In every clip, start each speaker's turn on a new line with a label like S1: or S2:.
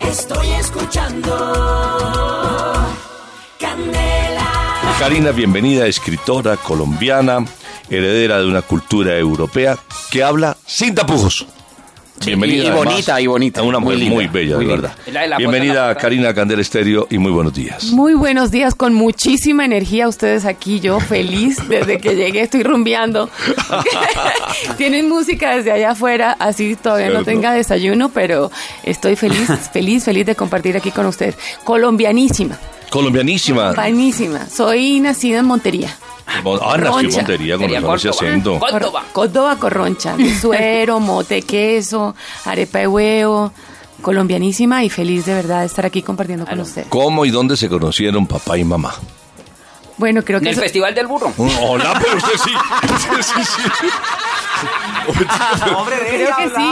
S1: Estoy escuchando Candela.
S2: Karina, bienvenida, escritora colombiana, heredera de una cultura europea que habla sin tapujos. Bienvenida.
S3: y- y
S2: además,
S3: bonita, y bonita.
S2: a Una mujer
S3: Muy
S2: muy,
S3: linda,
S2: bella,
S3: muy
S2: de
S3: linda.
S2: verdad.
S3: La de la foto, la
S2: bienvenida,
S3: foto.
S2: Karina Candel Estéreo, y muy buenos días.
S4: Muy buenos días, con muchísima energía ustedes aquí, yo feliz desde que llegué, estoy rumbeando. Tienen música desde allá afuera, así todavía no
S2: Cierto.
S4: tenga desayuno, pero estoy feliz, feliz, feliz de compartir aquí con ustedes. Colombianísima,
S2: Colombianísima.
S4: panísima, soy nacida en Montería.
S2: Ah, nació en
S4: Roncha.
S2: Montería con
S3: Sería ¿eh?
S2: razón ese
S3: Córdoba.
S2: acento.
S3: Cor- Córdoba.
S4: Cor- Córdoba Corroncha, de suero, mote de queso, arepa de huevo, colombianísima y feliz de verdad de estar aquí compartiendo con ustedes.
S2: ¿Cómo y dónde se conocieron papá y mamá?
S4: Bueno, creo
S3: En
S4: que
S3: el
S4: eso-
S3: Festival del Burro.
S2: Hola, pero usted sí. Usted sí, sí.
S4: creo que sí.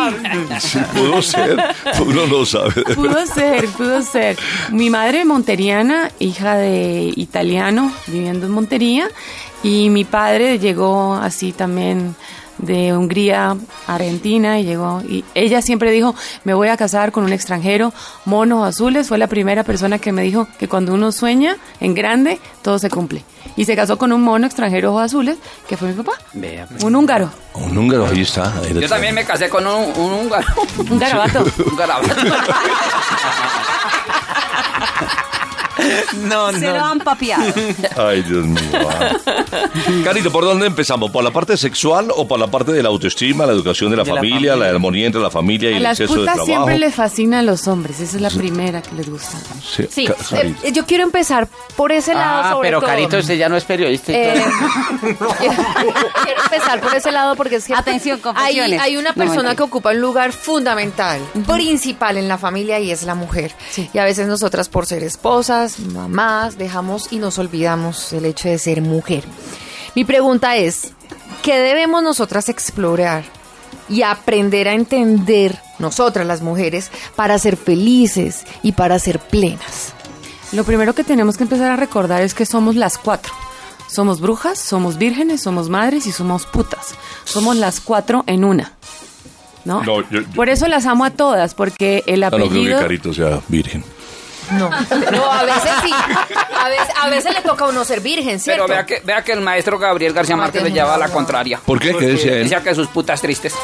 S2: Sí, pudo ser. Uno no sabe.
S4: Pudo ser, pudo ser. Mi madre monteriana, hija de italiano, viviendo en Montería, y mi padre llegó así también de Hungría a Argentina y llegó y ella siempre dijo me voy a casar con un extranjero monos azules fue la primera persona que me dijo que cuando uno sueña en grande todo se cumple y se casó con un mono extranjero ojos azules que fue mi papá
S3: Vea, pues.
S4: un húngaro
S2: Un húngaro, ahí está. ahí
S3: Yo
S2: está.
S3: también me casé con un, un húngaro.
S4: un garabato
S3: Un garabato.
S5: No,
S6: Se lo han papiado.
S2: Ay, Dios mío. ah. Carito, ¿por dónde empezamos? ¿Por la parte sexual o por la parte de la autoestima, la educación de la,
S5: De la
S2: familia, la armonía entre la familia y
S4: a
S2: el
S4: las
S2: exceso de
S4: putas
S2: trabajo?
S4: siempre les fascina a los hombres esa es la primera que les gusta
S2: Sí,
S6: Sí,
S2: Ca- Carito.
S6: eh, yo quiero empezar por ese lado
S3: Ah,
S6: sobre
S3: pero
S6: todo.
S3: Carito, usted ya no es periodista. y
S6: Eh,
S3: todo.
S6: quiero, quiero empezar por ese lado porque es que
S5: Atención,
S6: hay,
S5: confesiones.
S6: hay una
S5: No,
S6: persona
S5: mentira.
S6: que ocupa un lugar fundamental, principal en la familia y es la mujer.
S4: Sí.
S6: Y a veces nosotras por ser esposas, mamás, dejamos y nos olvidamos el hecho de ser mujer. Mi pregunta es, ¿qué debemos nosotras explorar y aprender a entender nosotras las mujeres para ser felices y para ser plenas?
S4: Lo primero que tenemos que empezar a recordar es que somos las cuatro. Somos brujas, somos vírgenes, somos madres y somos putas. Somos las cuatro en una. ¿No?
S2: No, yo- yo-
S4: Por eso las amo a todas, porque el
S2: Ah, no creo que
S4: apellido.
S2: Carito sea virgen.
S6: No, no, a veces sí. A veces, a veces le toca a uno ser virgen, ¿cierto?
S3: Pero vea que, vea que el maestro Gabriel García Márquez le lleva a la contraria.
S2: ¿Por qué? ¿Qué decía él?
S3: Decía que sus putas tristes.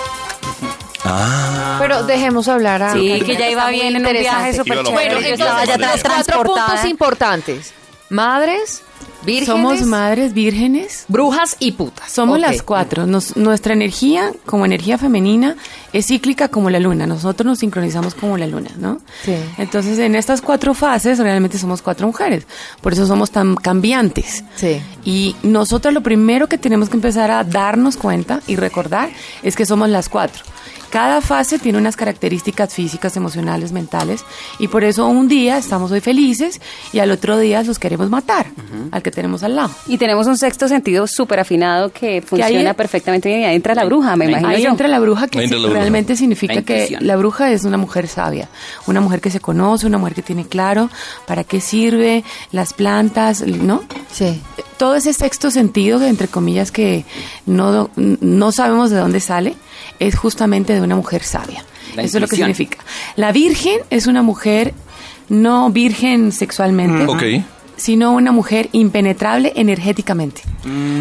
S2: Ah,
S6: Pero dejemos hablar a
S5: Sí,
S6: Karina,
S5: que ya
S6: está
S5: iba
S6: muy
S5: bien en un
S6: interesante.
S5: viaje súper
S2: Iba a la
S5: chévere.
S6: Bueno,
S2: madre,
S5: Yo
S2: iba a la
S5: estaba
S6: entonces
S5: ya
S2: madre.
S6: los cuatro
S5: transportada.
S6: puntos importantes. Madres, vírgenes,
S4: Somos madres, vírgenes.
S6: brujas y putas.
S4: Somos
S6: Ok.
S4: las cuatro. Nos- nuestra energía, como energía femenina, es cíclica como la luna. Nosotros nos sincronizamos como la luna, ¿no?
S6: Sí.
S4: Entonces, en estas cuatro fases, realmente somos cuatro mujeres. Por eso somos tan cambiantes.
S6: Sí.
S4: Y nosotros lo primero que tenemos que empezar a darnos cuenta y recordar es que somos las cuatro. Cada fase tiene unas características físicas, emocionales, mentales, y por eso un día estamos hoy felices y al otro día los queremos matar, al que tenemos al lado.
S5: Y tenemos un sexto sentido súper afinado que funciona perfectamente bien. Y ahí entra la bruja, me imagino
S4: Ahí
S5: yo.
S4: entra la bruja
S2: Ahí
S4: que
S2: entra
S4: sí,
S2: la bruja.
S4: realmente
S3: La
S4: significa que
S3: intuición.
S4: la bruja es una mujer sabia, una mujer que se conoce, una mujer que tiene claro para qué sirve, las plantas, ¿no?
S6: Sí.
S4: todo ese sexto sentido, que, entre comillas, que no, no sabemos de dónde sale, es justamente de una mujer sabia.
S3: La
S4: Eso es lo que
S3: intuición.
S4: significa. La virgen es una mujer no virgen sexualmente,
S2: ok.
S4: sino una mujer impenetrable energéticamente.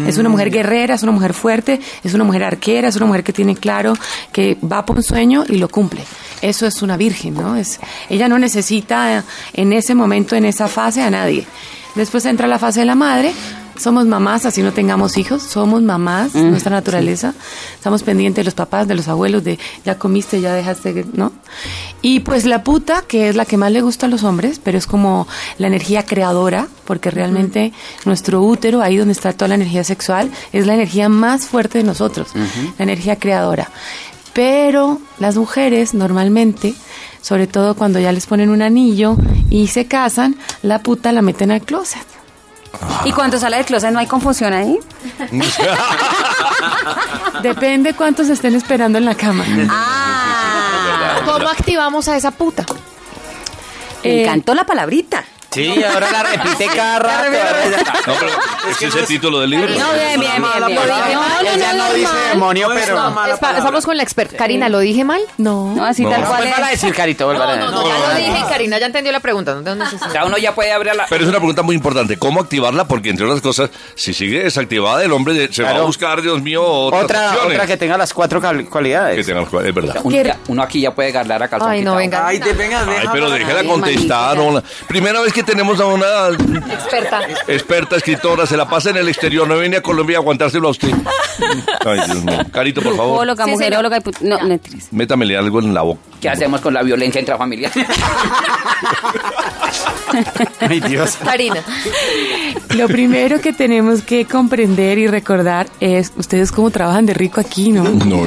S4: Es una mujer guerrera, es una mujer fuerte, es una mujer arquera, es una mujer que tiene claro que va por un sueño y lo cumple. Eso es una virgen, ¿no? Es, ella no necesita eh, en ese momento, en esa fase, a nadie. Después entra la fase de la madre. Somos mamás, así no tengamos hijos, somos mamás, nuestra naturaleza. Estamos pendientes de los papás, de los abuelos, de ya comiste, ya dejaste, que- ¿no? Y pues la puta, que es la que más le gusta a los hombres, pero es como la energía creadora, porque realmente nuestro útero, ahí donde está toda la energía sexual, es la energía más fuerte de nosotros, la energía creadora. Pero las mujeres normalmente, sobre todo cuando ya les ponen un anillo y se casan, la puta la meten al closet.
S5: Y cuando sale del closet no hay confusión ahí.
S4: Depende cuántos estén esperando en la cama.
S5: Ah,
S6: ¿Cómo activamos a esa puta?
S5: me
S4: Eh,
S5: encantó la palabrita.
S1: Sí, ahora la repite cada rato.
S2: No, pero ese es el título del libro.
S5: No, bien, bien, bien. bien.
S6: no, no,
S1: Ella
S6: no,
S1: no
S6: es
S1: dice
S6: mal.
S1: demonio,
S7: No es
S1: pero.
S7: una mala
S6: Espa-
S7: palabra.
S6: Estamos con la experta. Karina, ¿lo dije mal?
S4: No.
S5: No, así
S2: No,
S5: tal
S2: no,
S5: cual
S1: Vuelvan a
S5: es.
S1: decir, Carito, vuelvan a
S6: No,
S1: decir.
S6: no, ya lo dije, Karina ya entendió la pregunta. No tengo necesidad.
S3: O sea, uno ya puede abrir la...
S2: Pero es una pregunta muy importante. ¿Cómo activarla? Porque, entre otras cosas, si sigue desactivada, el hombre de- se va a
S1: Claro.
S2: buscar, Dios mío, otras
S1: Otra,
S2: opciones.
S1: otra que tenga las cuatro cal-
S2: Que
S1: cualidades.
S2: tenga las cual- es verdad.
S3: Uno, ya- uno aquí ya puede garlar a calzón
S6: Ay, no,
S3: quitado.
S6: venga.
S7: Ay, te vengas,
S2: Ay,
S7: déjala.
S2: pero déjala
S5: Ay,
S2: contestar.
S5: manito,
S2: hola. Primera vez que tenemos a una
S6: Experta.
S2: experta escritora, se la pasa en el exterior, no viene a Colombia a aguantárselo a usted. Ay, Dios mío. Carito, por favor,
S5: Psicóloga,
S6: Sí, señor.
S5: mujeróloga y put- No, mentiras.
S2: métamele algo en la boca.
S3: ¿Qué hacemos con la violencia intrafamiliar?
S1: Ay, Dios.
S6: Karina.
S4: Lo primero que tenemos que comprender y recordar es ustedes cómo trabajan de rico aquí, ¿no?
S2: No,
S3: No,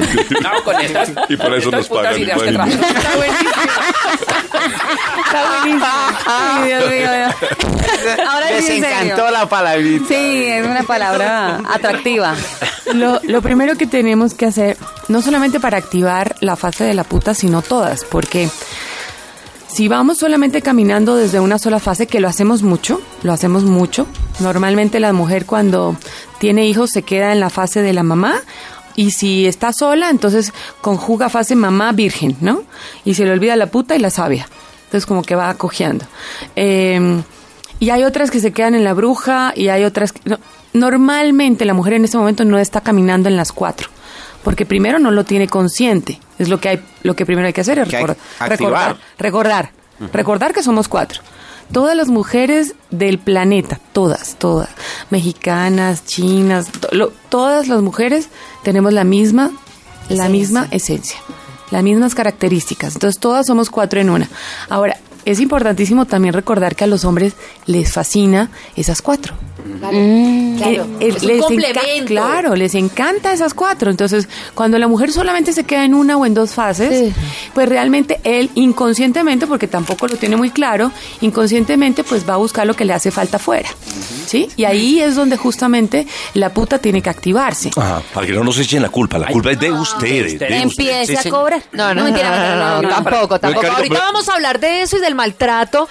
S3: con estas...
S2: Y por eso
S3: estas
S2: nos
S3: putas
S2: pagan,
S3: ideas que
S2: bueno.
S3: trajeron.
S4: Está buenísimo. Está buenísimo. Ay, Dios mío.
S5: Ahora sí,
S1: Les
S5: en serio.
S1: encantó la palabrita.
S5: Sí, es una palabra atractiva.
S4: Lo, lo primero que tenemos que hacer, no solamente para activar la fase de la puta, sino todas, porque si vamos solamente caminando desde una sola fase, que lo hacemos mucho, lo hacemos mucho, normalmente la mujer cuando tiene hijos se queda en la fase de la mamá. Y si está sola, entonces conjuga fase mamá virgen, ¿no? Y se le olvida la puta y la sabia. Entonces como que va acogiando. Eh, y hay otras que se quedan en la bruja y hay otras que... no. normalmente la mujer en este momento no está caminando en las cuatro. Porque primero no lo tiene consciente. Es lo que hay, lo que primero hay que hacer es
S1: Que hay
S4: recor-
S1: que
S4: recordar.
S1: activar.
S4: Recordar. Recordar que somos cuatro. Todas las mujeres del planeta, todas, todas, mexicanas, chinas, to- lo- todas las mujeres tenemos la misma, la misma esencia, las mismas características. Entonces todas somos cuatro en una. Ahora, es importantísimo también recordar que a los hombres les fascina esas cuatro.
S6: Claro.
S4: Eh, eh,
S6: Es un
S4: les enca-
S6: complemento.
S4: claro, les encanta esas cuatro. Entonces, cuando la mujer solamente se queda en una o en dos fases, pues realmente él inconscientemente, porque tampoco lo tiene muy claro, inconscientemente pues va a buscar lo que le hace falta afuera. ¿Sí? Y ahí es donde justamente la puta tiene que activarse.
S3: Ah,
S2: Ajá, para que Ah, no nos echen la culpa. La culpa es de ustedes. de ustedes.
S5: Empiece a cobrar.
S6: No, no, no,
S5: mentira, mentira,
S6: no, no, tampoco, tampoco.
S2: Carito,
S6: Ahorita
S2: pero-
S6: vamos a hablar de eso y del maltrato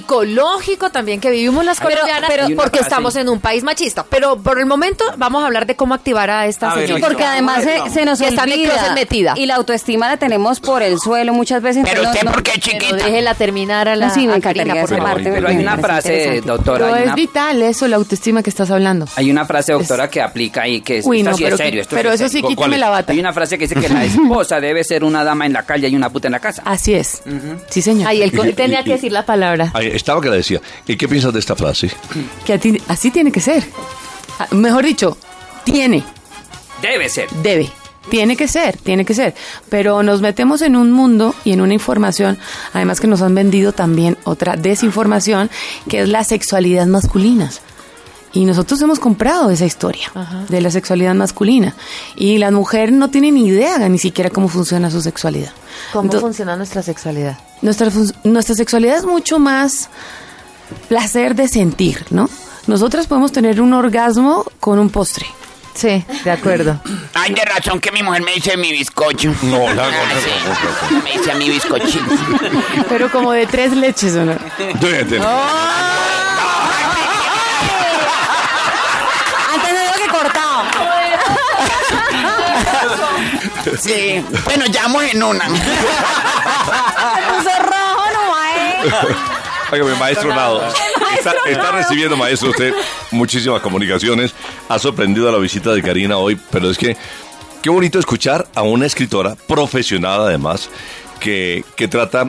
S6: psicológico también que vivimos las
S3: Pero-
S6: colombianas,
S3: pero-
S6: porque
S3: Hay una frase.
S6: estamos en un país machista. Pero por el momento vamos a hablar de cómo activar a esta
S7: A ver,
S6: señora.
S7: listo.
S5: Porque además
S7: Ay,
S5: se,
S7: no.
S5: se nos
S6: Que está en el
S5: olvida
S6: closet metida.
S5: y la autoestima la tenemos por el suelo muchas veces.
S1: Pero
S5: entonces
S1: usted,
S5: no-
S1: ¿por qué,
S5: pero
S1: chiquita?
S5: deje-
S6: Déjela terminar a la
S5: No, sí, me
S6: a
S5: encantaría
S6: Karina, por
S5: esa
S6: favor.
S5: parte.
S3: Pero hay una
S5: Me parece
S3: frase,
S5: interesante.
S3: doctora.
S4: Pero
S3: hay
S4: es
S3: una-
S4: vital eso, la autoestima que estás hablando.
S3: Hay una frase, doctora, que aplica y que es,
S4: Uy,
S3: esto
S4: no,
S3: sí
S4: pero,
S3: es serio. esto
S4: pero
S3: es
S4: eso sí,
S3: serio.
S2: ¿Cuál
S4: quítame
S2: es?
S4: la bata.
S3: Hay una frase que dice que la esposa debe ser una dama en la calle y una puta en la casa.
S4: Así es. Sí, señor.
S6: Ay, él co-
S2: Y- y-
S6: tenía que
S2: y-
S6: decir la palabra.
S2: Ay, estaba que la decía. ¿Y qué piensas de esta frase?
S4: Que a ti- así tiene que ser. Ah, Mejor dicho, tiene.
S3: Debe ser.
S4: Debe. Tiene que ser, tiene que ser. Pero nos metemos en un mundo y en una información, además que nos han vendido también otra desinformación, que es la sexualidad masculina. Y nosotros hemos comprado esa historia de la sexualidad masculina. Y la mujer no tiene ni idea ni siquiera cómo funciona su sexualidad.
S6: ¿Cómo
S4: Entonces,
S6: funciona nuestra sexualidad?
S4: nuestra, fun- nuestra sexualidad es mucho más placer de sentir, ¿no? Nosotras podemos tener un orgasmo con un postre.
S6: Sí, de acuerdo.
S1: Ay, de razón que mi mujer me dice mi bizcocho. Ah,
S2: No, la-
S1: Me dice mi bizcochito.
S4: Pero como de tres leches, ¿o no?
S2: Debe-
S5: Antes no digo que cortado.
S1: Sí. Bueno, llamo en una.
S5: Puso rojo, ¿eh? no mae.
S2: Hágame, maestro Nado. Está, está recibiendo, maestro, usted muchísimas comunicaciones. Ha sorprendido a la visita de Karina hoy, pero es que qué bonito escuchar a una escritora profesional, además, que, que trata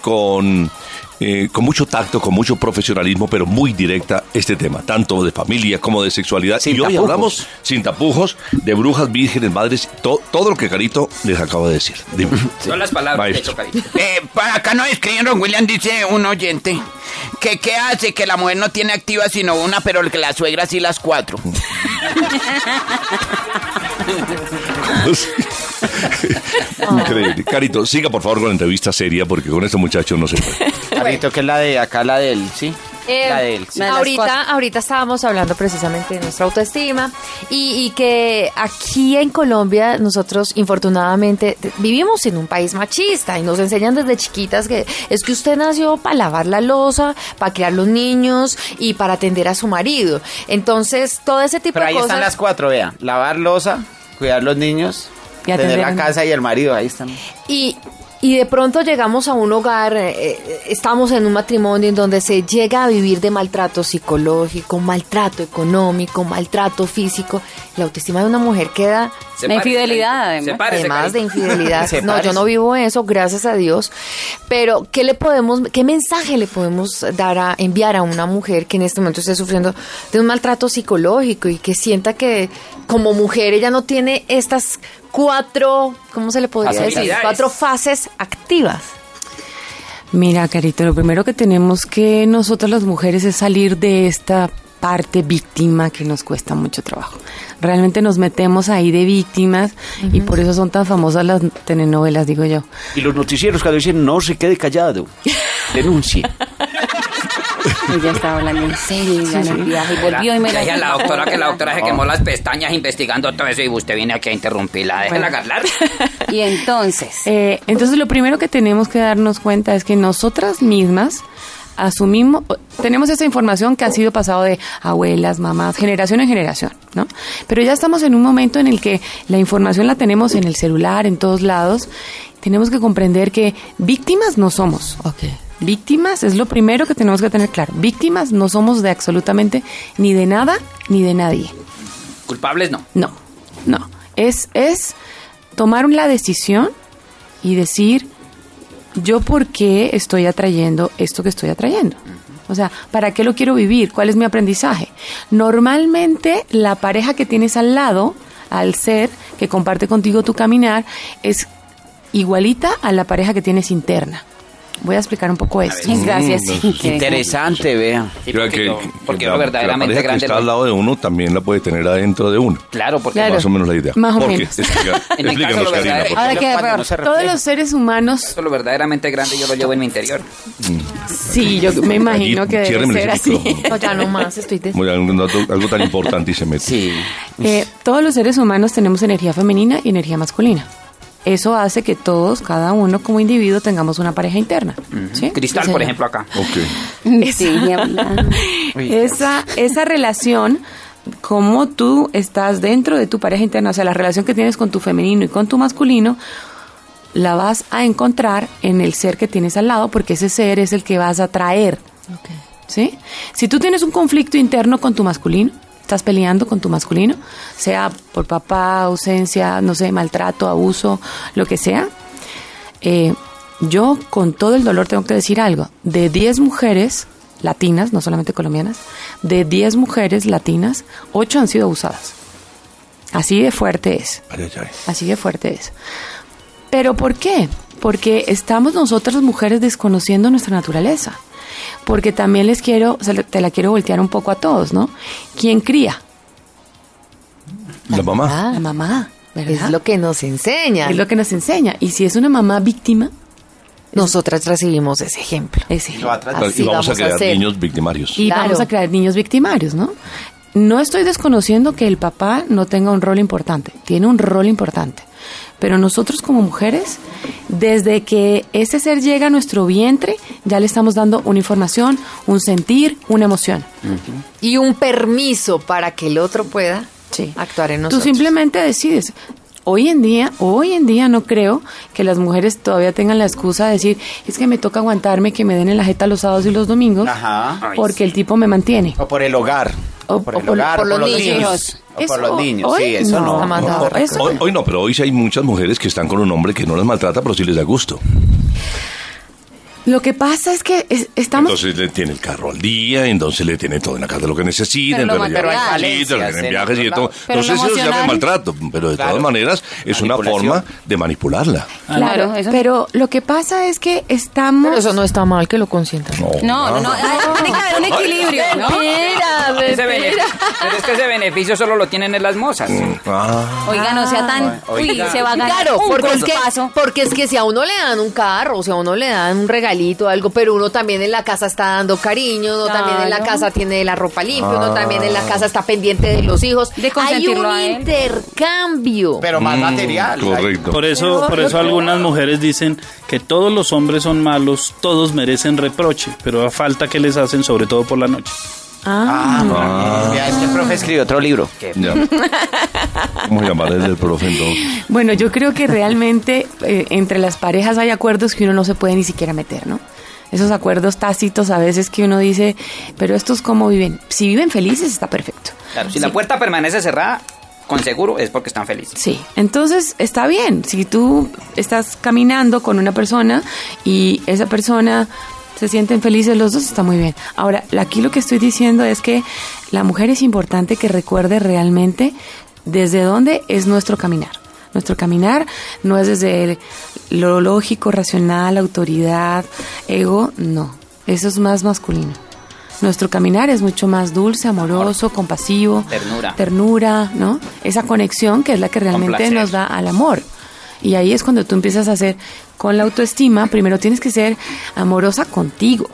S2: con, eh, con mucho tacto, con mucho profesionalismo, pero muy directa este tema, tanto de familia como de sexualidad.
S1: Sin
S2: y hoy
S1: tapujos.
S2: hablamos sin tapujos, de brujas, vírgenes, madres, to- todo lo que Carito les acaba de decir. Dime.
S3: Son las palabras de
S2: Maestro.
S3: hecho, cariño.
S1: Eh, para acá nos escribieron, William dice un oyente, que qué hace que la mujer no tiene activas sino una, pero que la suegra sí las cuatro.
S2: Increíble. Carito, siga por favor con la entrevista seria porque con este muchacho no se puede.
S1: Carito, que es la de acá, la del, ¿sí?
S6: Eh,
S3: La de él, sí.
S5: La de las
S6: ahorita,
S5: cuatro.
S6: ahorita estábamos hablando precisamente de nuestra autoestima y, y que aquí en Colombia nosotros infortunadamente te- vivimos en un país machista y nos enseñan desde chiquitas que es que usted nació para lavar la losa, para criar los niños y para atender a su marido. Entonces, todo ese tipo
S7: Pero
S6: de
S7: ahí
S6: cosas...
S7: están las cuatro, vea. Lavar losa, cuidar los niños,
S4: Y atender
S7: tener
S4: a-
S7: la casa y el marido, ahí están.
S6: Y, y de pronto llegamos a un hogar, eh, eh, estamos en un matrimonio en donde se llega a vivir de maltrato psicológico, maltrato económico, maltrato físico. La autoestima de una mujer queda,
S5: La infidelidad, además.
S6: además de infidelidad.
S7: Se
S6: No, yo
S7: parece.
S6: no vivo eso, gracias a Dios. Pero, ¿qué le podemos, qué mensaje le podemos dar a enviar a una mujer que en este momento esté sufriendo de un maltrato psicológico y que sienta que como mujer ella no tiene estas cuatro, ¿cómo se le podría decir?
S3: Habilidades.
S6: Cuatro fases activas.
S4: Mira, Carito, lo primero que tenemos que nosotras las mujeres es salir de esta parte víctima que nos cuesta mucho trabajo. Realmente nos metemos ahí de víctimas y por eso son tan famosas las telenovelas, digo yo.
S7: Y los noticieros cuando dicen no se quede callado, denuncie.
S5: Ella estaba hablando en serio, ya en el viaje, y volvió y me
S3: Dije a la doctora que la doctora se quemó las pestañas investigando todo eso y usted viene aquí a interrumpirla. Déjela
S4: Bueno.
S3: hablar.
S5: Y entonces,
S4: Eh, entonces lo primero que tenemos que darnos cuenta es que nosotras mismas asumimos, tenemos esta información que ha sido pasado de abuelas, mamás, generación en generación, ¿no? Pero ya estamos en un momento en el que la información la tenemos en el celular, en todos lados. Tenemos que comprender que víctimas no somos. Víctimas es lo primero que tenemos que tener claro. Víctimas no somos de absolutamente ni de nada ni de nadie.
S3: Culpables no.
S4: No, no. Es, es tomar la decisión y decir, yo por qué estoy atrayendo esto que estoy atrayendo. O sea, ¿para qué lo quiero vivir? ¿Cuál es mi aprendizaje? Normalmente la pareja que tienes al lado, al ser, que comparte contigo tu caminar, es igualita a la pareja que tienes interna. Voy a explicar un poco esto.
S5: gracias. sí, que-
S7: Interesante, vea.
S3: Sí,
S2: Creo
S3: porque
S2: que-
S3: no-
S2: que la-
S3: porque uno
S2: que la
S3: verdaderamente
S2: pareja
S3: grande.
S2: que está al
S3: no-
S2: lado de uno también la puede tener adentro de uno.
S3: Claro, porque
S4: Claro.
S2: Más o menos la idea.
S4: Más o
S2: Porque-
S4: menos.
S2: explica-
S3: en mi caso
S2: explícanos,
S3: lo
S2: Karina.
S3: verdaderamente,
S2: por favor.
S5: Ahora que de
S3: cuando
S5: pronto-
S3: no se
S4: Todos
S3: refleja,
S4: los seres humanos,
S3: eso lo verdaderamente grande yo lo llevo en mi interior.
S4: sí, yo me imagino
S2: Allí,
S4: que debe
S2: ciérremele
S4: ser
S2: ese
S4: así.
S2: micrófono.
S6: No, ya no más, estoy de...
S2: Muy bien, un dato- algo tan importante y se mete.
S7: Sí.
S4: Eh, todos los seres humanos tenemos energía femenina y energía masculina. Eso hace que todos, cada uno como individuo, tengamos una pareja interna. ¿sí?
S3: Cristal, por ejemplo, acá.
S2: Ok.
S5: Sí, ni hablar.
S4: Esa, esa relación, como tú estás dentro de tu pareja interna, o sea, la relación que tienes con tu femenino y con tu masculino, la vas a encontrar en el ser que tienes al lado, porque ese ser es el que vas a traer. ¿sí? Si tú tienes un conflicto interno con tu masculino, estás peleando con tu masculino, sea por papá, ausencia, no sé, maltrato, abuso, lo que sea, eh, yo con todo el dolor tengo que decir algo. De 10 mujeres latinas, no solamente colombianas, de 10 mujeres latinas, 8 han sido abusadas. Así de fuerte es.
S2: Ay, ay, ay.
S4: Así de fuerte es. ¿Pero por qué? Porque estamos nosotras las mujeres desconociendo nuestra naturaleza. Porque también les quiero, se le- te la quiero voltear un poco a todos, ¿no? ¿Quién cría? Ah,
S2: La mamá.
S4: La mamá, ¿verdad?
S6: Es lo que nos enseña.
S4: Es lo que nos enseña. Y si es una mamá víctima,
S6: Nosotras recibimos ese ejemplo.
S4: es
S7: Lo atrás.
S6: Así
S2: Ah, y vamos, a crear
S6: hacer.
S2: niños victimarios.
S4: Y
S6: Claro.
S4: vamos a crear niños victimarios, ¿no? No estoy desconociendo que el papá no tenga un rol importante, tiene un rol importante. Pero nosotros como mujeres, desde que ese ser llega a nuestro vientre, ya le estamos dando una información, un sentir, una emoción.
S6: Y un permiso para que el otro pueda actuar en nosotros.
S4: Tú simplemente decides. Hoy en día, hoy en día no creo que las mujeres todavía tengan la excusa de decir, es que me toca aguantarme que me den en la jeta los sábados y los domingos,
S7: Ajá.
S4: porque el tipo me mantiene.
S7: O por el hogar.
S4: O-
S7: O por
S4: o
S7: el
S4: por-
S7: hogar,
S6: por
S7: o por
S6: los
S7: los niños.
S4: niños.
S7: O por
S4: Eso
S7: los niños,
S4: hoy
S7: sí, eso
S4: no.
S7: no.
S6: Está
S2: Oh,
S6: mandado a
S4: eso
S2: Hoy,
S4: no.
S2: hoy no, pero hoy sí hay muchas mujeres que están con un hombre que no las maltrata, pero sí les da gusto.
S4: Lo que pasa es que es- estamos...
S2: Entonces le tiene el carro al día, entonces le tiene todo en la casa lo que necesita,
S5: Pero lo
S2: entonces le lleva
S5: material,
S2: al sitio, le
S7: valencias,
S2: tienen
S7: en
S2: viajes y
S7: otro
S2: de todo.
S7: lado.
S5: Pero
S2: no sé
S5: lo
S2: si eso se llama
S5: emocional.
S2: maltrato, pero de todas
S7: Claro.
S2: maneras es una
S7: Manipulación.
S2: forma de manipularla.
S7: Ah,
S5: Claro,
S4: Claro,
S5: eso-
S4: pero lo que pasa es que estamos...
S6: Pero eso no está mal que lo consientan.
S5: No, no, no.
S2: nada.
S5: Tiene que haber un equilibrio, ¿no?
S6: Mentira. Ah,
S3: Ese
S6: mentira.
S3: beneficio- pero es que ese beneficio solo lo tienen en las mozas.
S2: Ah,
S5: Oiga, no sea tan. Uy,
S3: Oiga.
S5: se va a ganar.
S6: Claro,
S5: un
S6: porque es, que,
S5: golpazo.
S6: porque es que si a uno le dan un carro, o si a uno le dan un regalito o algo, pero uno también en la casa está dando cariño, uno también en la
S5: Claro.
S6: casa tiene la ropa limpia, uno
S2: Ah.
S6: también en la casa está pendiente de los hijos.
S5: De
S6: Hay un
S5: consentirlo a él.
S6: intercambio.
S8: Pero más material.
S2: Mm, correcto.
S9: Por eso, por eso algunas mujeres dicen que todos los hombres son malos, todos merecen reproche, pero a falta que les hacen, sobre todo por la noche.
S8: Ah, Vea, este profe escribió otro libro.
S2: Ya. ¿Cómo llamar el del profe entonces?
S4: Bueno, yo creo que realmente eh, entre las parejas hay acuerdos que uno no se puede ni siquiera meter, ¿no? Esos acuerdos tácitos a veces que uno dice, pero estos cómo viven. Si viven felices está perfecto.
S3: Claro, si la puerta permanece cerrada, con seguro es porque están felices.
S4: Sí, entonces está bien. Si tú estás caminando con una persona y esa persona se sienten felices los dos, está muy bien. Ahora, aquí lo que estoy diciendo es que la mujer es importante que recuerde realmente desde dónde es nuestro caminar. Nuestro caminar no es desde el- lo lógico, racional, autoridad, ego, no. Eso es más masculino. Nuestro caminar es mucho más dulce, amoroso, compasivo,
S3: Ternura.
S4: ternura, ¿no? Esa conexión que es la que realmente
S3: placer.
S4: nos da al amor. Y ahí es cuando tú empiezas a hacer con la autoestima, primero tienes que ser amorosa contigo.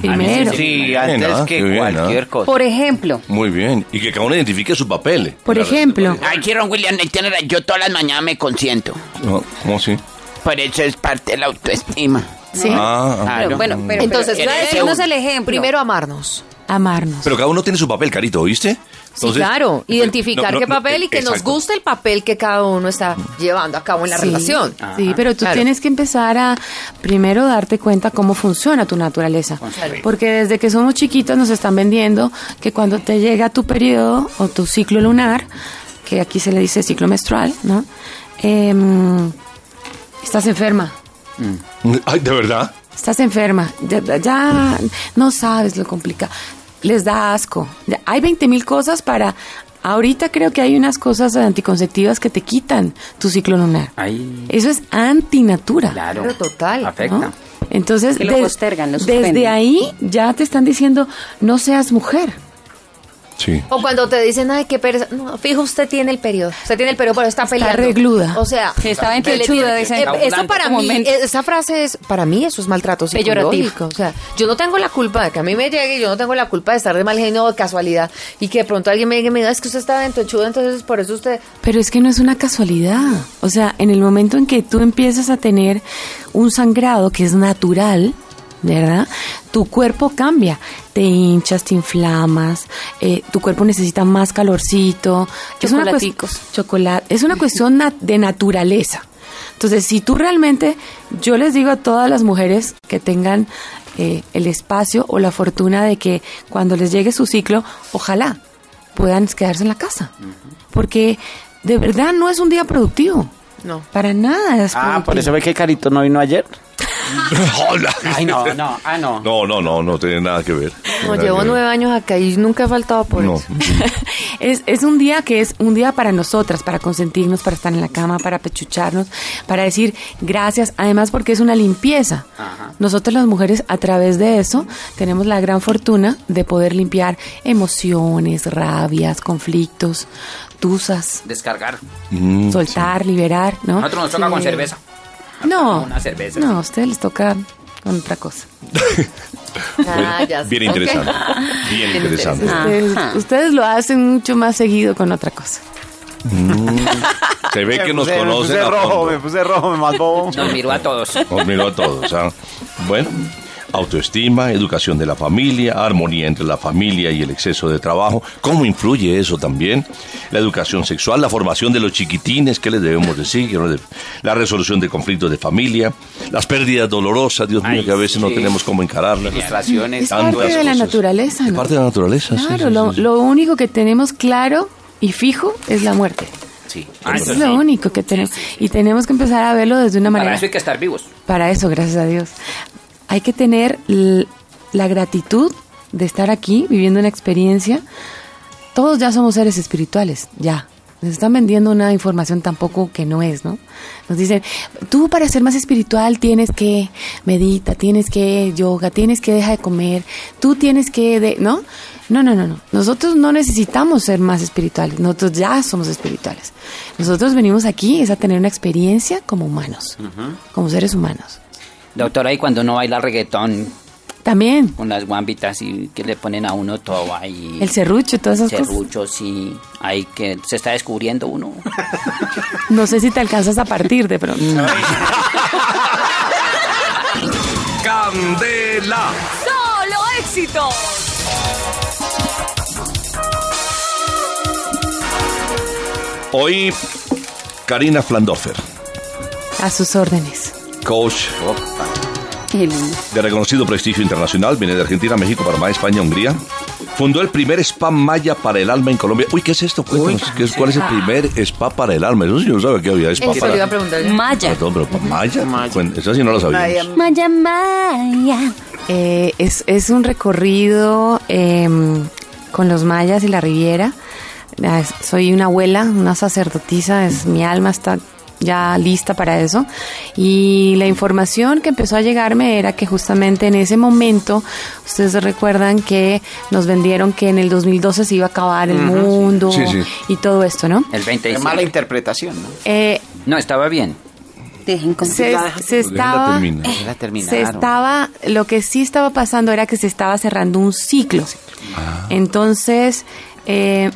S4: Primero.
S8: Ah, Sí,
S2: Qué
S8: antes
S2: nada,
S8: que
S2: qué bien,
S8: cualquier
S2: ¿ah?
S8: cosa.
S5: Por ejemplo,
S2: Muy bien. Y que cada uno identifique sus papeles.
S4: Por ejemplo,
S1: Ay, quiero William, tiene ra- yo todas las mañanas me consiento.
S2: No, ¿Cómo así?
S1: Por eso es parte de la autoestima.
S4: sí,
S2: Ah, ah.
S1: Ah,
S5: pero,
S1: no.
S5: bueno, pero,
S6: Entonces,
S5: pero,
S1: claro,
S5: déjenos el ejemplo.
S6: Primero amarnos.
S4: amarnos.
S2: Pero cada uno tiene su papel, Carito, ¿oíste?
S6: Sí,
S2: Entonces-
S6: claro, identificar
S2: No, no,
S6: qué
S2: no,
S6: papel y que nos
S2: exacto.
S6: gusta el papel que cada uno está llevando a cabo en la
S4: Sí,
S6: relación.
S2: Ah.
S6: Ah,
S4: Sí, pero tú
S6: claro.
S4: tienes que empezar a primero darte cuenta cómo funciona tu naturaleza. Porque desde que somos chiquitos nos están vendiendo que cuando te llega tu periodo o tu ciclo lunar, que aquí se le dice ciclo menstrual, ¿no? Em, estás enferma.
S2: Ay, ¿de verdad?
S4: Estás enferma, ya, ya no sabes lo complicado, les da asco. Ya, hay 20 mil cosas para... Ahorita creo que hay unas cosas anticonceptivas que te quitan tu ciclo lunar.
S3: Ay.
S4: Eso es antinatura.
S3: Claro.
S6: Claro, total.
S3: Afecta.
S4: ¿no? Entonces,
S5: Que lo
S4: des-
S5: postergan, lo
S4: desde
S5: suspenden.
S4: ahí ya te están diciendo, no seas mujer.
S2: Sí.
S6: O cuando te dicen, ay, qué pereza. No, fijo, usted tiene el periodo. Usted tiene el periodo, pero está peleando.
S4: regluda.
S6: O sea,
S5: Que está
S6: que le
S5: ventechuda,
S6: tiene-
S5: dicen.
S6: Eh,
S5: Está
S6: Eso
S3: hablando
S6: para
S5: como
S6: mí,
S5: men-
S6: eh, esa frase es, para mí eso es maltrato
S5: Peyorativo.
S6: psicológico. O sea, yo no tengo la culpa de que a mí me llegue, yo no tengo la culpa de estar de mal genio o de casualidad. Y que de pronto alguien me diga, "Mira, es que usted está ventechuda, entonces por eso usted...
S4: Pero es que no es una casualidad. O sea, en el momento en que tú empiezas a tener un sangrado que es natural, ¿verdad? Tu cuerpo cambia. Te hinchas, te inflamas, eh, tu cuerpo necesita más calorcito. Es una cues-
S5: Chocolaticos.
S4: chocolate. Es una cuestión nat- de naturaleza. Entonces, si tú realmente, yo les digo a todas las mujeres que tengan eh, el espacio o la fortuna de que cuando les llegue su ciclo, ojalá puedan quedarse en la casa. Porque de verdad no es un día productivo.
S6: No.
S4: Para nada es
S7: Ah, por eso
S4: productivo.
S7: ve que Carito no vino ayer.
S6: Ah.
S2: Hola.
S3: Ay, no, no, ah, no.
S2: No, no, no, no tiene nada que ver.
S6: No,
S2: Nada
S6: llevo
S2: que ver.
S6: nueve años acá y nunca he faltado por
S2: No.
S6: eso.
S4: Es, es un día que es un día para nosotras, para consentirnos, para estar en la cama, para pechucharnos, para decir gracias, además porque es una limpieza. Nosotras las mujeres a través de eso tenemos la gran fortuna de poder limpiar emociones, rabias, conflictos, tusas,
S3: Descargar.
S4: soltar, liberar, ¿no?
S3: Nosotros nos toca con
S4: Sí.
S3: cerveza.
S4: No,
S3: Una cerveza.
S4: no, a ustedes les toca con otra cosa.
S6: Ah, ya sé.
S2: Bien interesante. Bien interesante.
S4: Ustedes, ustedes lo hacen mucho más seguido con otra cosa.
S2: Se ve que nos
S7: Me puse-
S2: conocen
S7: Me
S2: a
S7: Ah. puse rojo,
S2: fondo.
S7: me puse rojo, me más bobo.
S3: Nos miró a todos.
S2: Nos miró a todos. ¿ah? Bueno, autoestima, educación de la familia, armonía entre la familia y el exceso de trabajo. ¿Cómo influye eso también? La educación sexual, la formación de los chiquitines, ¿qué les debemos decir? ¿Qué no deb- La resolución de conflictos de familia, las pérdidas dolorosas, Dios mío,
S3: Ay,
S2: que a veces no
S3: sí.
S2: tenemos cómo encararlas.
S3: Frustraciones.
S4: Es parte
S2: tantas
S4: de la
S2: cosas.
S4: naturaleza,
S2: Es
S4: ¿no?
S2: parte de la naturaleza, sí,
S4: Claro,
S2: sí,
S4: lo,
S2: sí, sí.
S4: lo único que tenemos claro y fijo es la muerte.
S3: Ah, Sí.
S4: Eso es lo único que tenemos. Y tenemos que empezar a verlo desde una
S3: Para
S4: manera.
S3: eso hay que estar vivos.
S4: Para eso, gracias a Dios. Hay que tener l- la gratitud de estar aquí viviendo una experiencia. Todos ya somos seres espirituales, ya. Nos están vendiendo una información tampoco que no es, ¿no? Nos dicen, tú para ser más espiritual tienes que medita, tienes que yoga, tienes que dejar de comer, tú tienes que, de, ¿no? No, no, no, no. Nosotros no necesitamos ser más espirituales. Nosotros ya somos espirituales. Nosotros venimos aquí es a tener una experiencia como humanos, como seres humanos.
S3: Doctora, y cuando uno baila reggaetón
S4: También
S3: con las guambitas y que le ponen a uno todo ahí.
S4: el serrucho, todas esas cosas.
S3: Serrucho, sí. Ahí que se está descubriendo uno.
S4: No sé si te alcanzas a partir de pronto.
S2: Candela.
S10: ¡Solo éxito!
S2: Hoy, Karina Flandorfer,
S4: A sus órdenes.
S2: coach
S5: Qué lindo.
S2: de reconocido prestigio internacional, viene de Argentina, México, Panamá, España, Hungría. Fundó el primer spa maya para el alma en Colombia. Uy, ah. ¿qué es esto? Cuéntanos, ¿qué es- ¿cuál es el primer spa para el alma? Eso sí, yo no sabía que había spa
S6: Eso
S2: para
S6: le iba a preguntar yo.
S5: Maya.
S2: Perdón, pero ¿pa- maya. Cuen- Eso sí no lo sabíamos.
S5: Maya, Maya.
S4: Eh, es, es un recorrido em, con los mayas y la Riviera. Ah, es- Soy una abuela, una sacerdotisa, es, mi alma está ya lista para eso. Y la información que empezó a llegarme era que justamente en ese momento, ustedes recuerdan que nos vendieron que en el 2012 se iba a acabar el mundo
S2: Sí, sí.
S4: y todo esto, ¿no?
S3: El
S8: Qué mala
S3: 25.
S8: interpretación, ¿no?
S4: Eh,
S3: No, estaba bien.
S5: Dejen con
S4: se, se
S2: Déjenla
S4: estaba... eh.
S2: terminar.
S8: Ya
S4: se
S8: terminaron.
S4: estaba, lo que sí estaba pasando era que se estaba cerrando un ciclo.
S2: Ah.
S4: Entonces, eh,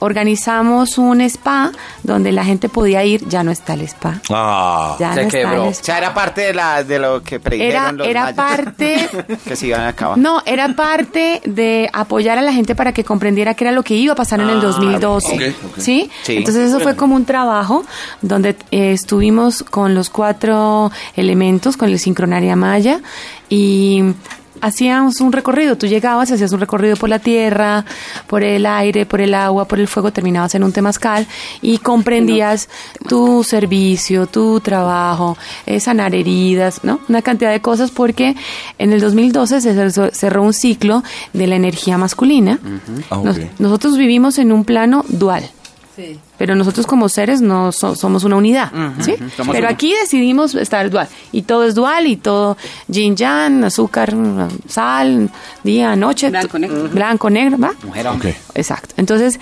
S4: organizamos un spa donde la gente podía ir, ya no está el spa.
S2: Ah,
S4: Ya
S8: Se
S4: no
S8: quebró.
S4: está
S8: O
S4: el spa.
S8: sea, era parte de, la, de lo que predijeron
S4: Era,
S8: los
S4: era
S8: mayas.
S4: parte
S8: que se iban a acabar.
S4: No, era parte de apoyar a la gente para que comprendiera qué era lo que iba a pasar en el 2012.
S2: ok, ok.
S4: ¿sí?
S8: Ah, Sí.
S4: Entonces eso fue como un trabajo donde eh, estuvimos con los cuatro elementos, con el sincronaria maya y hacíamos un recorrido. Tú llegabas, hacías un recorrido por la tierra, por el aire, por el agua, por el fuego, terminabas en un temazcal y comprendías tu servicio, tu trabajo, eh, sanar heridas, ¿no? Una cantidad de cosas porque en el 2012 se cer- cerró un ciclo de la energía masculina.
S2: Ah,
S4: Nos-
S2: ok.
S4: nosotros vivimos en un plano dual. Pero nosotros como seres no so- somos una unidad, ¿sí?
S8: somos
S4: Pero
S8: uno.
S4: aquí decidimos estar dual. Y todo es dual y todo yin yang, azúcar, sal, día, noche,
S5: Blanco,
S4: t-
S5: negro.
S4: blanco, negro, ¿va?
S3: Mujer, hombre.
S4: Exacto. Entonces,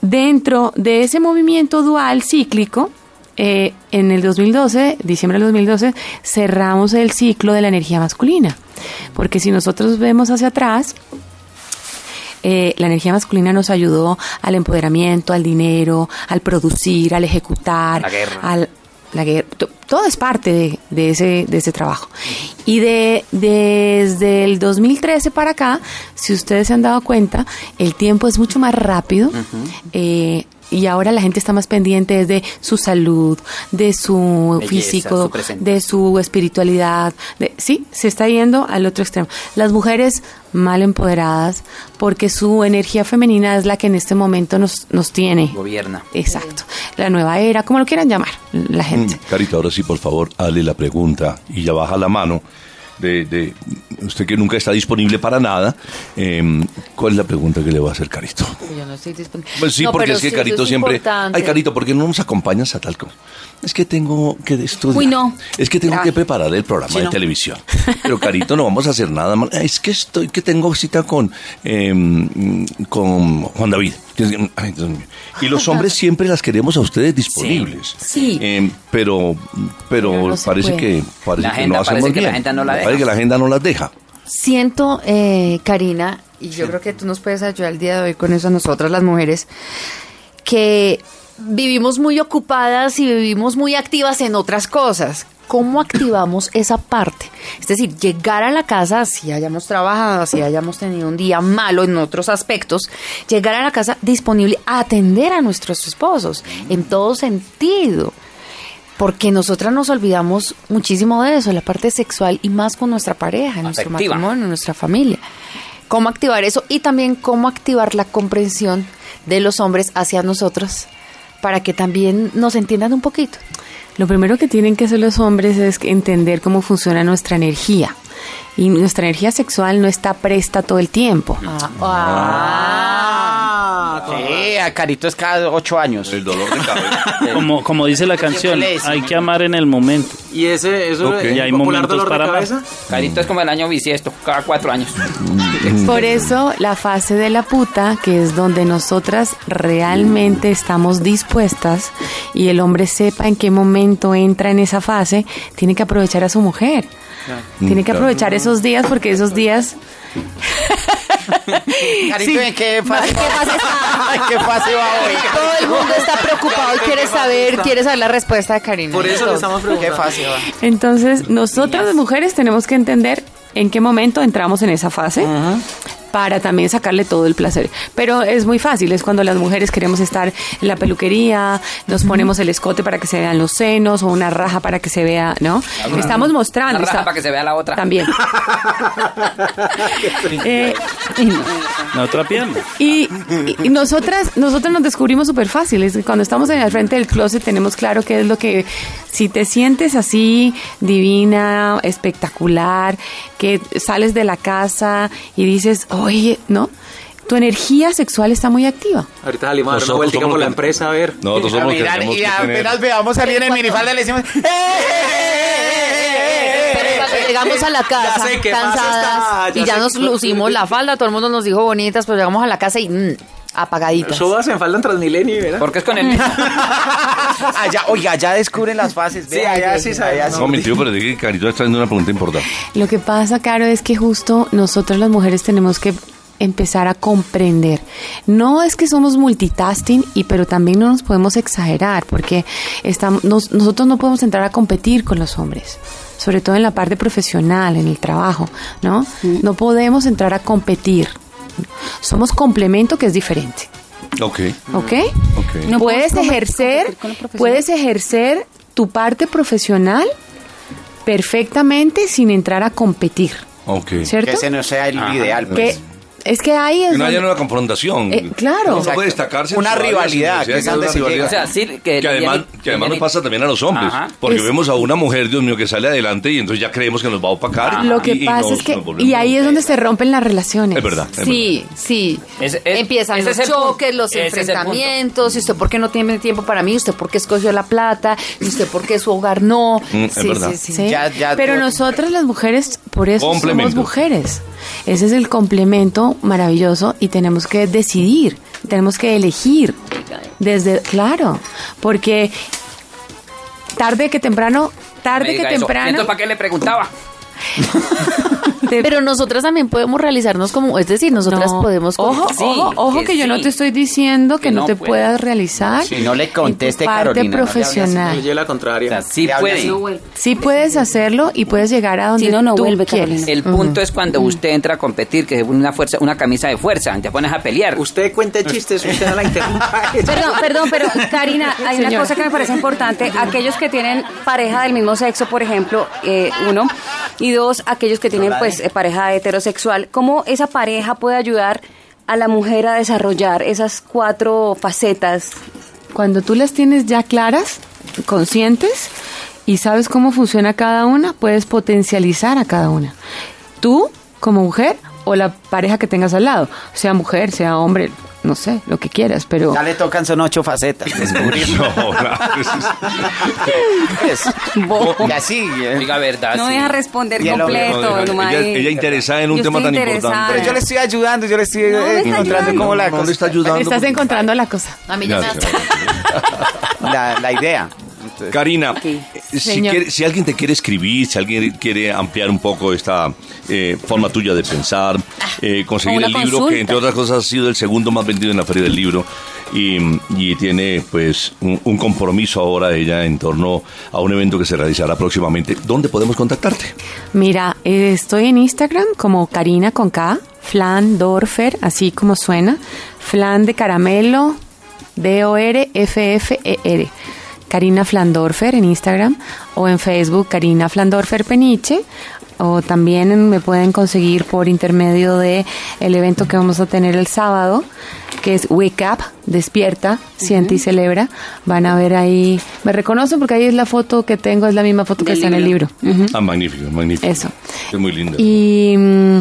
S4: dentro de ese movimiento dual cíclico, eh, en el 2012, diciembre del 2012, cerramos el ciclo de la energía masculina. Porque si nosotros vemos hacia atrás, eh, la energía masculina nos ayudó al empoderamiento, al dinero, al producir, al ejecutar,
S3: La guerra.
S4: al la guerra. To- Todo es parte de, de ese, de ese trabajo. Y de, desde el 2013 para acá, si ustedes se han dado cuenta, el tiempo es mucho más rápido. eh, y ahora la gente está más pendiente de su salud, de su
S3: Belleza,
S4: físico,
S3: su presente.
S4: de su espiritualidad. De, sí, se está yendo al otro extremo. Las mujeres mal empoderadas porque su energía femenina es la que en este momento nos, nos tiene.
S3: Gobierna.
S4: Exacto. La nueva era, como lo quieran llamar la gente.
S2: Mm, Carita, ahora sí, por favor, hale la pregunta y ya baja la mano. De, de- usted que nunca está disponible para nada, em, ¿cuál es la pregunta que le va a hacer Carito?
S6: Yo no estoy disponible.
S2: Pues sí,
S6: No,
S2: porque
S6: pero
S2: es que
S6: sí, eso
S2: Carito
S6: es
S2: siempre.
S6: importante.
S2: Ay, Carito, ¿por qué no nos acompañas a tal cosa? Es que tengo que estudiar.
S5: Uy, no.
S2: Es que tengo
S5: Ay.
S2: que preparar el programa de televisión. Pero Carito, no vamos a hacer nada más. Es que estoy, que tengo cita con, em, con Juan David. Ay, Dios mío. Y los hombres siempre las queremos a ustedes disponibles.
S5: Sí.
S2: Em, pero, pero
S4: Pero no se
S2: parece
S4: puede.
S2: que parece
S3: La
S2: que
S3: agenda,
S2: no hacemos
S3: parece que la
S2: bien.
S3: agenda no la
S2: Parece
S3: deja.
S2: que la agenda no las deja.
S6: Siento, eh, Karina, y yo creo que tú nos puedes ayudar el día de hoy con eso a nosotras las mujeres, que vivimos muy ocupadas y vivimos muy activas en otras cosas. ¿Cómo activamos esa parte? Es decir, llegar a la casa, si hayamos trabajado, si hayamos tenido un día malo en otros aspectos, llegar a la casa disponible a atender a nuestros esposos, en todo sentido. Porque nosotras nos olvidamos muchísimo de eso, la parte sexual y más con nuestra pareja, en nuestro
S3: Afectiva.
S6: matrimonio, en nuestra familia. ¿Cómo activar eso? Y también cómo activar la comprensión de los hombres hacia nosotros para que también nos entiendan un poquito.
S4: Lo primero que tienen que hacer los hombres es entender cómo funciona nuestra energía. Y nuestra energía sexual no está presta todo el tiempo.
S8: Sí, a Caritos cada ocho años.
S2: El dolor de cabeza.
S9: Como, como dice la canción,
S8: le dice,
S9: hay que amar en el momento.
S11: ¿Y ese, eso
S9: Ok.
S11: es
S9: Y hay
S11: popular
S9: momentos
S11: dolor
S9: para
S11: de
S9: amar.
S11: cabeza?
S3: Carito es como el año bisiesto, cada cuatro años.
S4: Por eso la fase de la puta, que es donde nosotras realmente estamos dispuestas y el hombre sepa en qué momento entra en esa fase, tiene que aprovechar a su mujer. Tiene que
S8: Claro.
S4: aprovechar esos días porque esos días...
S8: Carito, ¿en qué fase?
S6: ¿Qué fase está?
S8: ¿En qué fase va hoy?
S6: Todo el mundo está preocupado y quiere saber, quiere saber la respuesta de Karina.
S11: Por eso le estamos preguntando.
S8: ¿Qué fase va?
S4: Entonces, nosotras las mujeres tenemos que entender en qué momento entramos en esa fase para también sacarle todo el placer. Pero es muy fácil, es cuando las mujeres queremos estar en la peluquería, nos ponemos el escote para que se vean los senos o una raja para que se vea, ¿no? Estamos mostrando.
S3: Una raja
S4: está-
S3: para que se vea la otra.
S4: También. Eh,
S9: La otra pierna.
S4: y, y- y nosotras, nosotros nos descubrimos súper fácil. Es que cuando estamos en el frente del closet tenemos claro qué es lo que, si te sientes así, divina, espectacular, que sales de la casa y dices, oye, ¿no? Tu energía sexual está muy activa.
S11: Ahorita salimos a dar una
S2: Nosotros
S11: vueltica
S2: somos
S11: por la
S2: los que-
S11: empresa a ver.
S2: Nosotros
S8: A
S2: somos los que
S8: mirar,
S2: tenemos
S8: y
S2: que
S8: apenas
S2: tener...
S8: veamos a alguien en minifalda le decimos... "Eh, eh, eh, eh, eh,
S6: Pero
S8: eh, eh,
S6: cuando llegamos a la casa
S11: sé qué fase
S6: cansadas
S11: está, ya
S6: y ya
S11: sé
S6: nos
S11: qué-
S6: lucimos la falda, todo el mundo nos dijo bonitas, pero llegamos a la casa y mm, apagaditas.
S11: Sobas en falda en Transmilenio, ¿verdad?
S3: Porque es con el mismo.
S8: eh". Allá, oiga, allá descubren las fases.
S11: Sí,
S8: vea,
S11: allá sí sabe.
S8: allá
S11: No,
S2: No, mi tío, pero es que Carito está haciendo una pregunta importante.
S4: Lo que pasa, Caro, es que justo nosotros las mujeres tenemos que empezar a comprender. No es que somos multitasking, y, pero también no nos podemos exagerar, porque estamos, nos- nosotros no podemos entrar a competir con los hombres, sobre todo en la parte profesional, en el trabajo, ¿no? No podemos entrar a competir. Somos complemento que es diferente,
S2: Ok,
S4: ¿ok?
S2: ok.
S5: No
S4: puedes
S5: podemos
S4: ejercer,
S5: competir con lo profesional.
S4: puedes ejercer tu parte profesional perfectamente sin entrar a competir.
S2: Ok.
S4: ¿Cierto?
S8: Que ese no sea el ideal,
S4: Que
S8: pues.
S4: es que ahí es
S2: Que no haya
S4: donde-
S2: una confrontación.
S4: Eh, claro.
S2: Uno No
S4: Exacto.
S2: puede destacarse. en
S8: Una
S2: su área,
S8: rivalidad,
S2: sino
S8: que es
S2: sea
S8: donde
S2: una
S8: se llega.
S3: O sea, sí, que,
S2: Que además, que además nos pasa también a los hombres.
S3: Ajá.
S2: Porque
S4: Es-
S2: vemos a una mujer, Dios mío, que sale adelante y entonces ya creemos que nos va a opacar.
S4: lo que
S2: Ah, y- y
S4: pasa
S2: nos-
S4: es que
S2: nos volvemos-
S4: y ahí es donde se rompen las relaciones.
S2: Es verdad. es
S6: Sí, sí.
S3: Es- es-
S6: Empiezan
S3: ese
S6: los
S3: es el punto.
S6: choques, los
S3: Ese es el punto.
S6: enfrentamientos. ¿Y usted por qué no tiene tiempo para mí? ¿Usted por qué escogió la plata? ¿Y usted por qué su hogar no?
S2: Mm, es verdad.
S4: Sí,
S8: Ya- ya-
S4: Pero
S8: ya-
S4: nosotras las mujeres, por eso somos
S2: Complemento.
S4: mujeres. Ese es el complemento maravilloso y tenemos que decidir, tenemos que elegir. Desde, claro, porque tarde que temprano, tarde que temprano,
S3: Entonces, ¿para qué le preguntaba?
S4: te-
S6: Pero nosotras también podemos realizarnos como, es decir, nosotras
S4: No.
S6: podemos como-
S4: Ojo,
S3: Sí,
S4: ojo, ojo, que,
S3: que
S4: yo no
S3: sí.
S4: te estoy diciendo que,
S3: Que
S4: no,
S3: no
S4: te
S3: puede.
S4: puedas realizar.
S8: Sí, no le
S4: en tu
S8: conteste,
S4: parte
S8: Carolina, no le hable así.
S4: profesional.
S11: Oye, la contraria.
S3: Sí
S8: Le hablas
S3: puede.
S8: tú,
S4: Sí puedes hacerlo y puedes llegar a donde
S5: Si no, no
S4: tú
S5: vuelve,
S4: quieres.
S5: Carolina.
S3: El punto es cuando usted entra a competir, que es una fuerza, una camisa de fuerza, te pones a pelear.
S11: Usted cuente chistes, usted no la interrumpa.
S5: Perdón, perdón, pero Karina, hay una
S4: Señora.
S5: cosa que me parece importante. Aquellos que tienen pareja del mismo sexo, por ejemplo, eh, uno, y dos, aquellos que tienen pues eh, pareja heterosexual, ¿cómo esa pareja puede ayudar a la mujer a desarrollar esas cuatro facetas?
S4: Cuando tú las tienes ya claras, conscientes y sabes cómo funciona cada una, puedes potencializar a cada una. Tú como mujer o la pareja que tengas al lado, sea mujer, sea hombre, no sé, lo que quieras, pero
S8: Ya le tocan, son ocho facetas. Descubrir.
S2: No,
S8: Pues, y así. eh.
S3: Diga
S2: Ah,
S3: verdad.
S5: No
S3: sí.
S5: deja responder
S8: Y el hombre-
S5: completo,
S2: no,
S5: nomás
S2: ella-
S5: ahí.
S2: ella interesada en un
S5: Yo
S2: tema
S5: estoy
S2: tan
S5: interesada.
S2: importante.
S8: Pero yo le estoy ayudando, yo le estoy eh,
S5: No, me está
S8: encontrando
S5: ayudando.
S8: cómo la
S2: no le está
S8: cosa.
S2: ayudando.
S4: estás encontrando la cosa.
S6: A mí no me
S2: Gracias.
S6: hace.
S8: La, la idea. Entonces,
S2: Karina, eh, si,
S4: Señor.
S2: quiere- si alguien te quiere escribir, si alguien quiere ampliar un poco esta eh, forma tuya de pensar,
S3: Ah,
S2: eh, conseguir
S5: una
S2: el libro
S5: consulta.
S2: que entre otras cosas ha sido el segundo más vendido en la feria del libro y, y tiene pues un, un compromiso ahora ella en torno a un evento que se realizará próximamente, ¿dónde podemos contactarte?
S4: Mira, eh, estoy en Instagram como Karina con K, Flan Dorfer, así como suena, Flan de caramelo, D-O-R-F-F-E-R. E Karina Flandorfer en Instagram o en Facebook Karina Flandorfer Peniche o también me pueden conseguir por intermedio de el evento que vamos a tener el sábado que es Wake Up, Despierta, Siente y Celebra. Van a ver ahí, me reconocen porque ahí es la foto que tengo, es la misma foto que
S5: Del
S4: está en el libro.
S5: libro.
S4: Ujú.
S2: Ah, magnífico, magnífico.
S4: Eso.
S2: Es muy lindo.
S4: Y mm,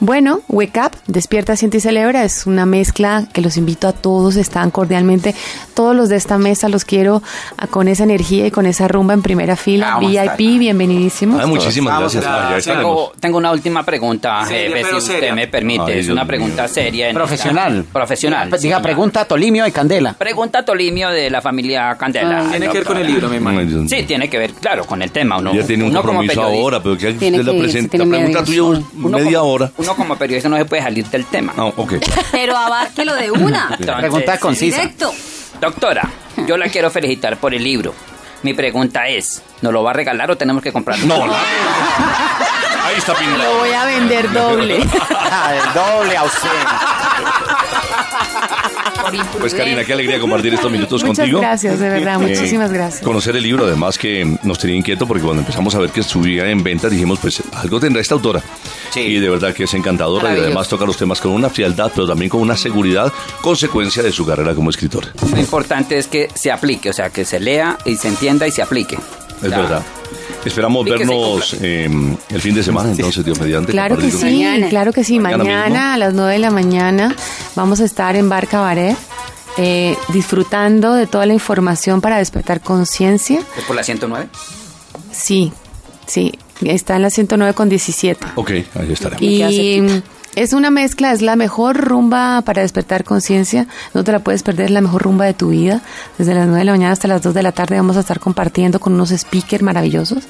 S4: Bueno, Wake Up, Despierta, Siente y Celebra es una mezcla que los invito a todos, están cordialmente, todos los de esta mesa los quiero a- con esa energía y con esa rumba en primera fila,
S3: Vamos a estar.
S4: VIP, bienvenidísimos.
S2: Ah, muchísimas gracias. Ah, ya estaremos.
S3: Tengo, tengo una última pregunta,
S1: Seria,
S3: jefe, si
S1: pero
S3: usted
S1: seria.
S3: me permite.
S1: Ay,
S3: es
S1: Dios
S3: una
S1: mío.
S3: pregunta seria. en
S8: Profesional.
S3: esta- profesional.
S8: Diga,
S3: sí, señor.
S8: pregunta, Tolimio de Candela.
S3: Pregunta a Tolimio de la familia Candela.
S8: Ah, tiene que ver con el libro, me
S2: imagino.
S3: Sí, tiene que ver, claro, con el tema. Uno,
S2: Ya tiene un
S3: uno como
S2: compromiso
S3: periodista-
S2: ahora, pero que usted la presenta. La pregunta tuya
S3: Uno
S2: media
S3: como-
S2: hora.
S3: Uno como periodista no se puede salir del tema.
S2: No, ok.
S10: Pero abárquelo de una.
S3: Entonces,
S8: Pregunta concisa.
S10: Directo.
S3: Doctora, yo la quiero felicitar por el libro. Mi pregunta es, ¿nos lo va a regalar o tenemos que comprarlo?
S2: No, Ahí está pintado.
S4: Lo voy a vender doble.
S8: doble a usted.
S2: Pues Karina, qué alegría compartir estos minutos
S4: Muchas
S2: contigo.
S4: gracias, de verdad,
S2: Eh,
S4: muchísimas gracias.
S2: Conocer el libro, además que mm, nos tenía inquieto porque cuando empezamos a ver que subía en ventas dijimos, pues algo tendrá esta autora. Y de verdad que es encantadora y
S3: Maravilloso.
S2: además toca los temas con una frialdad, pero también con una seguridad, consecuencia de su carrera como escritora.
S3: Lo importante es que se aplique, o sea, que se lea y se entienda y se aplique.
S2: Es
S3: Ya.
S2: verdad. Esperamos
S3: Y que se
S2: vernos eh, el fin de semana, entonces, Dios mediante.
S4: Claro que
S2: compartir con-
S4: sí, claro que sí.
S2: este Mañana
S4: Mañana,
S2: mismo.
S4: a las 9 de la mañana vamos a estar en Bar Cabaret eh, disfrutando de toda la información para despertar conciencia.
S3: ¿Es por la 109?
S4: Sí, sí, está en la 109 con 17.
S2: Ok, ahí estará.
S4: Y es una mezcla, es la mejor rumba para despertar conciencia. No te la puedes perder, es la mejor rumba de tu vida. Desde las 9 de la mañana hasta las 2 de la tarde vamos a estar compartiendo con unos speakers maravillosos.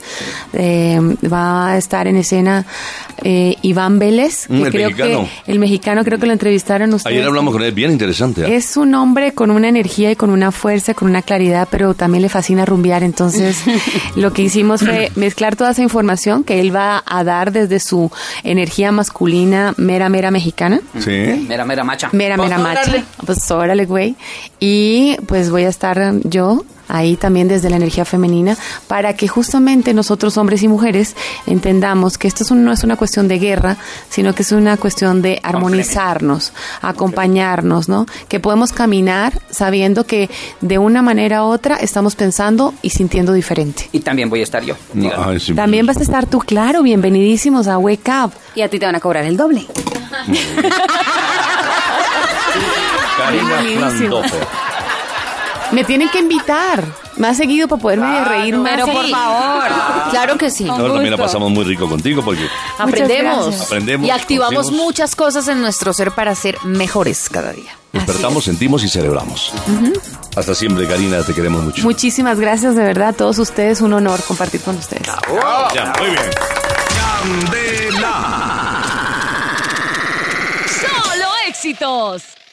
S4: Eh, va a estar en escena eh, Iván Vélez,
S2: Mm, el
S4: creo
S2: mexicano.
S4: que el mexicano creo que lo entrevistaron ustedes.
S2: Ayer hablamos con él, bien interesante. ¿eh?
S4: Es un hombre con una energía y con una fuerza, con una claridad, pero también le fascina rumbear. Entonces, lo que hicimos fue mezclar toda esa información que él va a dar desde su energía masculina mera, mera mexicana.
S2: Sí.
S3: Mera, mera macha.
S4: Mera, mera macha. Pues órale, güey. Y pues voy a estar yo ahí también desde la energía femenina para que justamente nosotros hombres y mujeres entendamos que esto es un- no es una cuestión de guerra, sino que es una cuestión de armonizarnos, acompañarnos, ¿no? Que podemos caminar sabiendo que de una manera u otra estamos pensando y sintiendo diferente.
S3: Y también voy a estar yo.
S2: No, ay, sí.
S4: También vas a estar tú, claro, bienvenidísimos a Wake Up.
S10: Y a ti te van a cobrar el doble.
S2: Karina
S4: Bienvenidísimo.
S2: Landofo.
S4: Me tienen que invitar más seguido para poderme reír más.
S10: Pero por
S4: Sí.
S10: favor.
S6: Claro que sí.
S2: Ahora también la pasamos muy rico contigo porque
S6: Aprendemos.
S4: gracias.
S2: Aprendemos,
S6: Y activamos
S2: conocemos.
S6: muchas cosas en nuestro ser para ser mejores cada día.
S2: despertamos, sentimos y celebramos. Hasta siempre, Karina, te queremos mucho.
S4: Muchísimas gracias de verdad a todos ustedes, un honor compartir con ustedes.
S2: Ya, muy bien.
S10: Solo éxitos.